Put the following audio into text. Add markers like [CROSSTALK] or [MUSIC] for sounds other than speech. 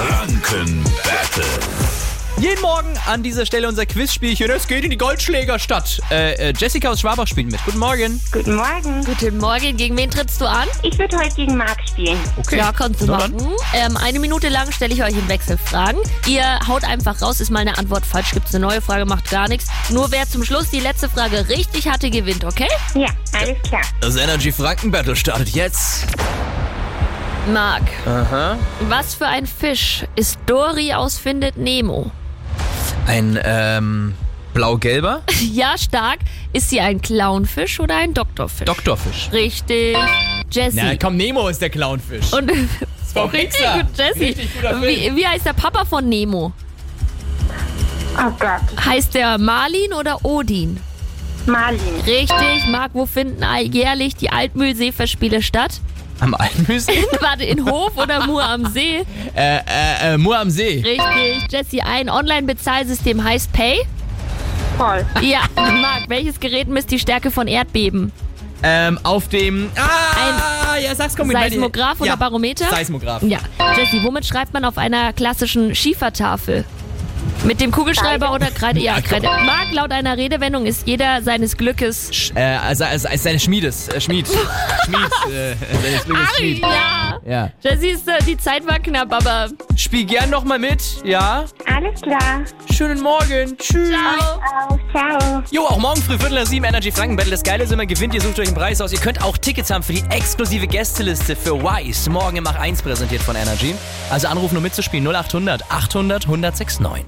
Franken Battle. Jeden Morgen an dieser Stelle unser Quizspielchen. Es geht in die Goldschlägerstadt. Äh, äh, Jessica aus Schwabach spielt mit. Guten Morgen. Guten Morgen. Guten Morgen, gegen wen trittst du an? Ich würde heute gegen Marc spielen. Okay. Ja, kannst du Na dann. machen. Ähm, eine Minute lang stelle ich euch im Wechsel Fragen. Ihr haut einfach raus, ist mal eine Antwort falsch, gibt's eine neue Frage, macht gar nichts. Nur wer zum Schluss die letzte Frage richtig hatte, gewinnt, okay? Ja, alles klar. Das Energy Franken Battle startet jetzt. Marc, Aha. was für ein Fisch ist Dory aus Findet Nemo? Ein ähm, blau-gelber Ja, stark. Ist sie ein Clownfisch oder ein Doktorfisch? Doktorfisch. Richtig. Jesse. komm, Nemo ist der Clownfisch. Und [LAUGHS] war ein richtig Fixer. gut, Jesse. Richtig guter Film. Wie, wie heißt der Papa von Nemo? Oh Gott. Heißt der Marlin oder Odin? Marlin. Richtig, Marc, wo finden all- jährlich die Altmühlseeverspiele statt? Am Alpenhüsten? Warte, in [LAUGHS] Hof oder Mur am See? äh, äh, äh, Moor am See. Richtig, Jesse, ein Online-Bezahlsystem heißt Pay? Paul. Ja, Marc, welches Gerät misst die Stärke von Erdbeben? Ähm, auf dem. Ah, ja, sag's komm mit, weil die- Seismograph oder Barometer? Seismograph. Ja, Jesse, womit schreibt man auf einer klassischen Schiefertafel? Mit dem Kugelschreiber oder Kreide? Ja, Kreide. Marc, laut einer Redewendung ist jeder seines Glückes Sch- Äh, also, also, also seine Schmiedes. Äh, [LAUGHS] Schmied. Schmied. Äh, seines Glückes Schmied. Ja. Ja. Jesse, ist, äh, die Zeit war knapp, aber Spiel gern nochmal mit. Ja. Alles klar. Schönen Morgen. Tschüss. ciao. Auf. Ciao. Jo, auch morgen früh Viertel nach sieben Energy Franken Battle. Das Geile ist immer, gewinnt, ihr sucht euch einen Preis aus. Ihr könnt auch Tickets haben für die exklusive Gästeliste für Wise. Morgen im Mach 1 präsentiert von Energy. Also anrufen, um mitzuspielen. 0800 800 1069.